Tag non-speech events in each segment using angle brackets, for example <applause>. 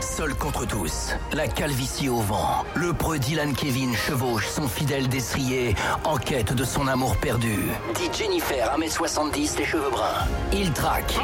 Seul contre tous, la calvitie au vent, le preux Dylan Kevin chevauche son fidèle destrier en quête de son amour perdu. Dit Jennifer, 1m70, les cheveux bruns. Il traque.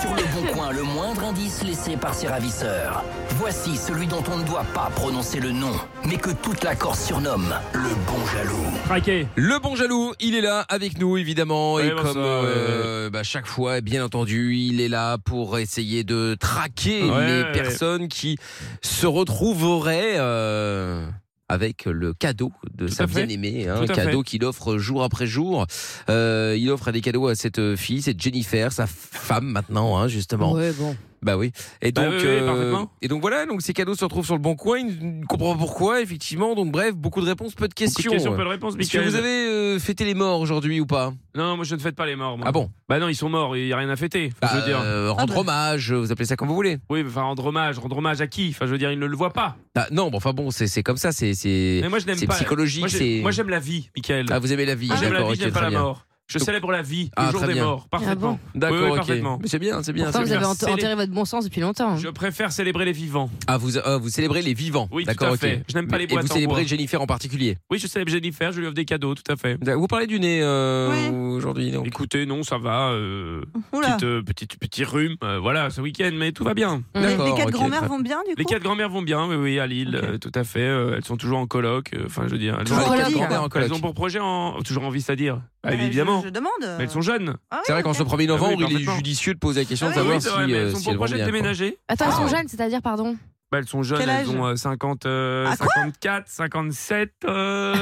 Sur le bon coin, le moindre indice laissé par ses ravisseurs. Voici celui dont on ne doit pas prononcer le nom, mais que toute la Corse surnomme le bon jaloux. Traqué. Le bon jaloux, il est là avec nous évidemment et Ouais, comme bonsoir, euh, bah, chaque fois, bien entendu, il est là pour essayer de traquer Ouais, les ouais. personnes qui se retrouveraient euh, avec le cadeau de Tout sa à fait. bien-aimée, hein, un Tout à fait. cadeau qu'il offre jour après jour. Euh, il offre des cadeaux à cette fille, c'est Jennifer, sa femme maintenant, hein, justement. Ouais, bon. Bah oui. Et Bah donc, euh, oui, oui, parfaitement. et donc voilà, donc ces cadeaux se retrouvent sur le bon coin. Il ne comprend pas pourquoi, effectivement. Donc bref, beaucoup de réponses, peu de questions. Question, pas de réponse, Est-ce que Michael. vous avez euh, fêté les morts aujourd'hui ou pas Non, moi je ne fête pas les morts. Moi. Ah bon Bah non, ils sont morts, il n'y a rien à fêter. Enfin, je veux dire. Euh, Rendre Ah bah. hommage, vous appelez ça comme vous voulez. Oui, mais enfin, rendre hommage. Rendre hommage à qui Enfin, je veux dire, ils ne le voient pas. Ah, non, bon, enfin bon, c'est c'est comme ça, c'est c'est Mais moi, je n'aime c'est pas. psychologique. Moi, j'ai- c'est- moi, j'aime la vie, Michael. Ah, vous aimez la vie, j'aime la d'accord, vie, ok, j'aime pas très la bien. mort. Je Donc- célèbre la vie, Ah, le jour très des bien. morts, parfaitement. Oui, oui, D'accord, parfaitement. ok. Mais c'est bien, c'est bien. Pourtant, c'est c'est bien. vous avez bien. ent- C'est les- enterré votre bon sens depuis longtemps. hein. Je préfère célébrer les vivants. Ah, vous, ah, vous célébrez les vivants. Oui, tout d'accord, à ok. fait. Je n'aime pas les Et boîtes vous en célébrez bois. Jennifer en particulier. Oui, je célèbre Jennifer, je lui offre des cadeaux, tout à fait. Vous parlez du nez euh, Oui. aujourd'hui, donc. Écoutez, non, ça va. euh, Oula. petite, euh, petite, petit rhume, euh, voilà, ce week-end, mais tout va bien. Mm. Les, D'accord, les quatre ok, grands-mères très- vont bien du Les coup quatre grand-mères vont bien, oui, oui, à Lille, Ok. euh, tout à fait. euh, elles sont toujours en coloc. euh, Enfin, je veux dire, elles, Ah, ont, les quatre Coloc. grands-mères en coloc. elles ont pour projet en- toujours en vie, c'est-à-dire, Bah, Euh, je- évidemment. Je, demande. Mais elles sont jeunes. Ah oui, C'est vrai qu'en ok. ce 1er novembre, Ah oui, il est parfaitement. judicieux de poser la question de Ah savoir Oui, si, c'est vrai, mais euh, elles sont si pour elles vont projet de bien. quoi. déménager. Attends, elles Ah sont ouais. jeunes, c'est-à-dire, pardon. Bah, elles sont jeunes, Quel elles âge ont euh, 50, euh, Ah, quoi 54, 57, euh,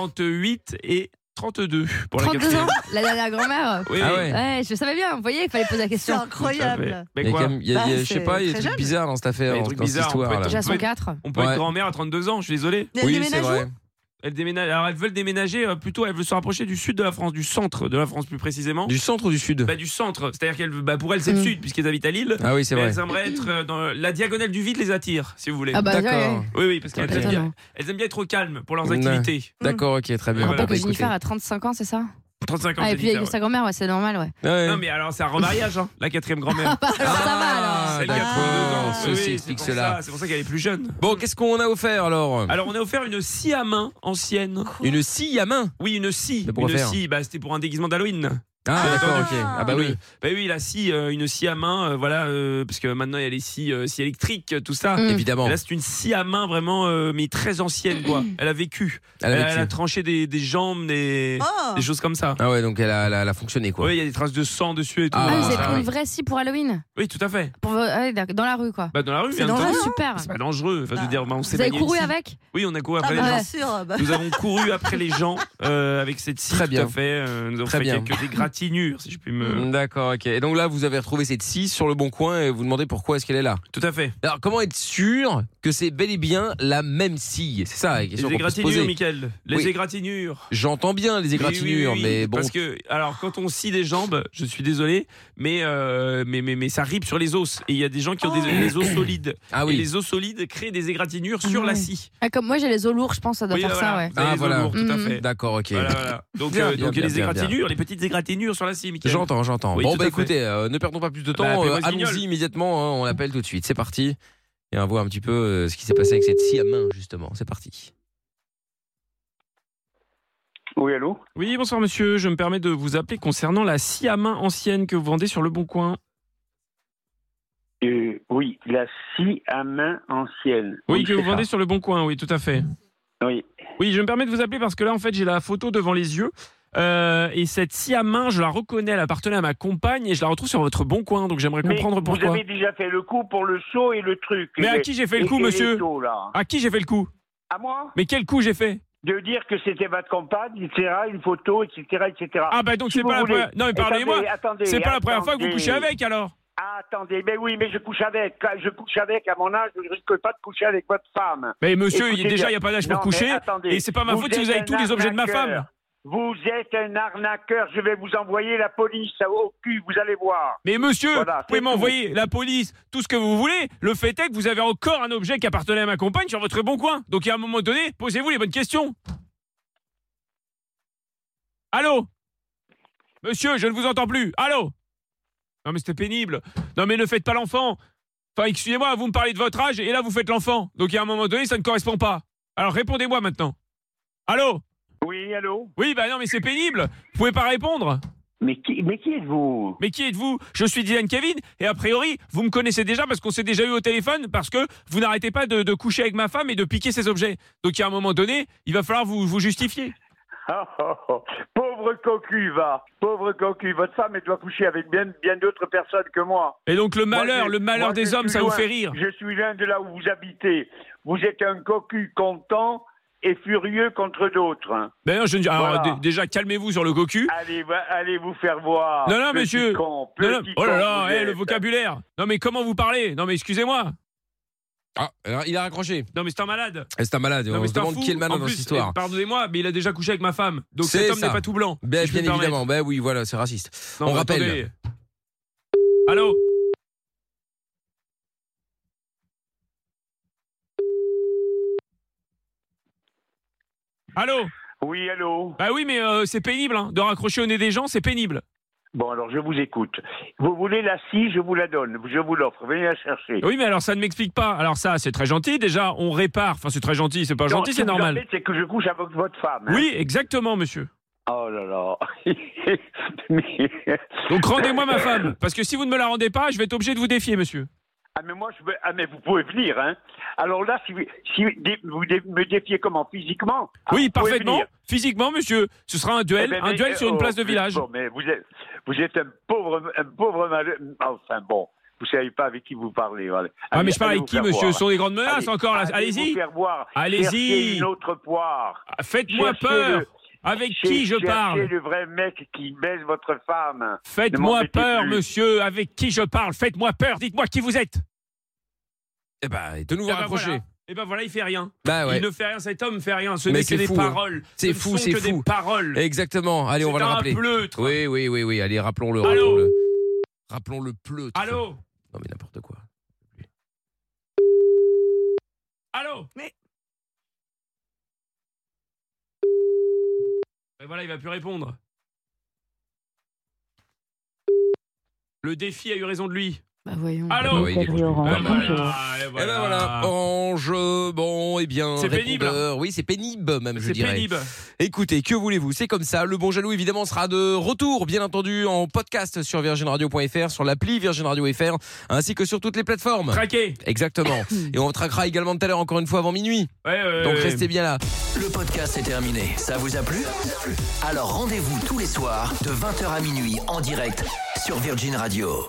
48 et 32 pour la 32 ans quatrième. La <laughs> dernière grand-mère Oui, Ah oui. ouais. Ouais, je savais bien, vous voyez, il fallait poser la C'est question. Tout à incroyable. fait. Mais Il y a quoi quand même- il y a- Bah, il y a- je sais c'est pas, il y a des très trucs jeune. bizarres dans cette Il affaire, y a des dans trucs cette bizarres, on peut histoire. être- là. Déjà, Ouais. son 4. On peut Ouais. être grand-mère à 32 ans, je suis désolé. Elles Oui, c'est déménagent où vrai. Elles, déménagent, alors elles veulent déménager, euh, plutôt elles veulent se rapprocher du sud de la France, du centre de la France plus précisément. Du centre ou du sud Bah, du centre, c'est-à-dire qu'elles bah, pour elles c'est le Mm. sud puisqu'elles habitent à Lille. Ah oui, Hmm. c'est Mais vrai. elles aimeraient être euh, dans la diagonale du vide les attire, si vous voulez. Ah bah, ouais, D'accord. ouais. Oui, oui, parce qu'elles Très aiment, bien. bien- elles aiment bien être au calme pour leurs Ouais. activités. D'accord, ok, très Et bien. On voilà. rappelle Bah, que écoutez. Jennifer a 35 ans, c'est ça 35 ans, Ah, et j'ai puis dit avec ça, sa grand-mère, ouais, c'est normal, ouais. ouais. Ouais. Non, mais alors c'est un remariage, hein, la quatrième grand-mère. Ah, ça va Ah, alors Celle qui a d'accord. 32 ans. Ceci Oui, oui, c'est explique pour cela. ça, C'est pour ça qu'elle est plus jeune. Bon, qu'est-ce qu'on a offert alors Alors, on a offert une scie à main ancienne. Une scie à main Oui, une scie. Mais pourquoi Une faire scie, bah, c'était pour un déguisement d'Halloween. Ah, Ah. d'accord, ok. Ah bah oui. Bah oui, la scie, euh, une scie à main, euh, voilà, euh, parce que maintenant il y a les scies, euh, scies électriques, euh, tout ça. Mm. Évidemment. Et Là, c'est une scie à main vraiment, euh, mais très ancienne, <clears throat> quoi. Elle a vécu. Elle a elle, vécu. a tranché des, des jambes, des, Oh. des choses comme ça. Ah ouais, donc elle a, elle a- elle a fonctionné quoi. Oui, il y a des traces de sang dessus et tout. Ah, Ah, oui, vous c'est avez pris vrai. une vraie scie pour Halloween Oui, tout à fait. Pour vos- ah, oui, d'accord, Dans la rue, quoi. Bah, dans la rue, C'est bien dangereux, Ah, entendu. super C'est pas dangereux. Enfin, je veux Bah. dire, bah, on s'est Ah. Vous avez baigné couru ici. avec Oui, on a couru Ah, après bah, les gens. bien sûr. bah. Nous avons couru après les gens euh, avec cette scie. Très tout bien. à fait. euh, nous avons Très fait bien. <laughs> quelques égratignures, si je puis me. Mm, D'accord, ok. Et donc là, vous avez retrouvé cette scie sur le bon coin et vous demandez pourquoi est-ce qu'elle est là. Tout à fait. Alors, comment être sûr que c'est bel et bien la même scie C'est ça la question Les qu'on peut se égratignures, poser. Michael. Les Oui. égratignures. J'entends bien les égratignures, Oui, oui, oui, oui, mais bon. Parce que, alors, quand on scie des jambes, je suis désolé, mais, euh, mais, mais, mais ça ripe sur les os. Et il y a des gens qui ont des, des os solides. <coughs> Ah Et oui. les os solides créent des égratignures sur la scie. Ah, Comme moi, j'ai les os lourds, je pense, ça doit Oui, faire ça, voilà. ouais. Vous avez Ah, les os voilà. lourds, tout à Mhm. fait. D'accord, ok. Voilà, voilà. Donc, Bien, euh, donc bien, les bien, bien. égratignures, les petites égratignures sur la scie, Michael. J'entends, j'entends. Oui, bon, tout bah à fait. écoutez, euh, ne perdons pas plus de Bah, temps. appelez-moi Euh, ce Allons-y guignol. immédiatement. hein, on l'appelle tout de suite. C'est parti. Et on voit un petit peu euh, ce qui s'est passé avec cette scie à main, justement. C'est parti. Oui, allô Oui, bonsoir monsieur, je me permets de vous appeler concernant la scie à main ancienne que vous vendez sur le Bon Coin. Euh, Oui, la scie à main ancienne. Oui, que c'est vous vendez ça. sur le Bon Coin, oui, tout à fait. Oui. Oui, je me permets de vous appeler parce que là, en fait, j'ai la photo devant les yeux. Euh, et cette scie à main, je la reconnais, elle appartenait à ma compagne et je la retrouve sur votre Bon Coin, donc j'aimerais Mais comprendre Vous pourquoi. avez déjà fait le coup pour le seau et le truc. Mais à Et- qui j'ai fait le et- coup, et les monsieur taux, là. À qui j'ai fait le coup À moi Mais quel coup j'ai fait De dire que c'était votre compagne, etc., une photo, etc., etc. Ah bah donc Si c'est vous pas la voulez. Eh, première... Non mais pardonnez-moi, Attendez, attendez, c'est pas la première fois que vous attendez. couchez avec alors Ah, attendez, mais oui, mais je couche avec. Quand je couche avec, à mon âge, je ne risque pas de coucher avec votre femme. Mais monsieur, il y a- Écoutez déjà, bien. il n'y a pas d'âge Non, pour mais Ah, coucher attendez. et c'est pas ma faute si êtes vous avez un tous les objets de ma arnaqueur. femme. Vous êtes un arnaqueur. Je vais vous envoyer la police au cul, vous allez voir. Mais monsieur, Voilà, vous pouvez c'est m'envoyer la police, tout ce que vous voulez. Le fait est que vous avez encore un objet qui appartenait à ma compagne sur votre bon coin. Donc, à un moment donné, posez-vous les bonnes questions. Allô Monsieur, je ne vous entends plus. Allô Non, mais c'était pénible. Non, mais ne faites pas l'enfant. Enfin, excusez-moi, vous me parlez de votre âge et là vous faites l'enfant. Donc il y a un moment donné, ça ne correspond pas. Alors répondez-moi maintenant. Allô Oui, allô <laughs> Oui, bah non, mais c'est pénible. Vous pouvez pas répondre. Mais qui, mais qui êtes-vous Mais qui êtes-vous Je suis Dylan Kevin et a priori, vous me connaissez déjà parce qu'on s'est déjà eu au téléphone parce que vous n'arrêtez pas de, de coucher avec ma femme et de piquer ses objets. Donc il y a un moment donné, il va falloir vous, vous justifier. Ah, ah, ah. Pauvre cocu, va Pauvre cocu, votre femme, elle doit coucher avec bien, bien d'autres personnes que moi. Et donc le malheur, Moi, je- le malheur moi, je des hommes, suis ça vous loin. fait rire. Je suis loin de là où vous habitez. Vous êtes un cocu content et furieux contre d'autres. hein. D'ailleurs, Ben je ne dis- alors, Voilà. dé- déjà calmez-vous sur le cocu. Allez, va- allez vous faire voir. Non, non, Petit monsieur. con, Non, non, petit oh là con, là, vous eh, le êtes. vocabulaire. Non mais comment vous parlez Non mais excusez-moi. Ah, alors, il a raccroché. Non mais c'est un malade. Eh, C'est un malade. Non, On mais se c'est un demande fou. qui est le malade En dans plus, cette histoire. eh, Pardonnez-moi, mais il a déjà couché avec ma femme. Donc C'est cet homme ça. n'est pas tout blanc. si Ben, je bien peux me permettre. évidemment. Ben oui, voilà, c'est raciste. Non, On mais rappelle. attendez. Allô Allô Oui, allô Bah oui, mais euh, c'est pénible, hein, de raccrocher au nez des gens, c'est pénible. Bon, alors je vous écoute. Vous voulez la scie, je vous la donne. Je vous l'offre. Venez la chercher. Oui, mais alors ça ne m'explique pas. Alors ça, c'est très gentil, déjà, on répare. Enfin, c'est très gentil, c'est pas Non, gentil, ce c'est que vous normal. en faites, C'est que je couche avec votre femme. hein. Oui, exactement, monsieur. Oh là là. <laughs> mais... Donc rendez-moi ma femme, parce que si vous ne me la rendez pas, je vais être obligé de vous défier, monsieur. Ah mais moi je veux... ah mais vous pouvez venir hein. Alors là si vous, si vous dé- vous dé- me défiez comment physiquement Ah, oui, vous pouvez parfaitement, venir. physiquement, monsieur. Ce sera un duel, Eh ben, un mais- duel sur une oh, place de village. Bon mais vous êtes vous êtes un pauvre un pauvre malheur. Enfin bon vous savez pas avec qui vous parlez. voilà. Ah, Allez- mais je parle avec allez vous qui, faire monsieur voir. Ce sont des grandes menaces Allez- encore là. allez vous Allez-y, faire voir. Allez-y. Cherchez une autre poire. faites-moi Cherchez peur. le- Avec Cher- qui je cherchez parle le vrai mec qui baise votre femme. Faites-moi m'embêtez peur, plus. monsieur. Avec qui je parle Faites-moi peur. Dites-moi qui vous êtes. Eh ben, de nouveau Eh ben raccroché. voilà. Eh ben voilà, il fait rien. Bah ouais. Il ne fait rien. Cet homme fait rien. Ce Mais n'est c'est que des fou, hein. paroles. C'est Ce ne fou, sont c'est que fou. des paroles. Exactement. Allez, on va C'est le un rappeler. pleutre. Oui, oui, oui, oui. Allez, rappelons-le. Allô Rappelons-le. Rappelons-le pleutre. Allô Non, mais n'importe quoi. Allô Mais- Et Ben voilà, il va plus répondre. Le défi a eu raison de lui. Bah voyons. Allô Ah bah oui, il décroche plus. Orange. Ah bah voilà. Bonjour. et Eh ben voilà, Orange, bon, eh bien, C'est pénible. répondeur. Oui, c'est pénible même, je C'est dirais. pénible. Écoutez, que voulez-vous, c'est comme ça. Le bon jaloux, évidemment, sera de retour, bien entendu, en podcast sur virginradio.fr, sur l'appli Virgin Radio FR, ainsi que sur toutes les plateformes. Traqué. Exactement. Et on traquera également tout à l'heure, encore une fois, avant minuit. Ouais, ouais, Donc ouais. restez bien là. Le podcast est terminé. Ça vous a plu Alors rendez-vous tous les soirs de 20h à minuit en direct sur Virgin Radio.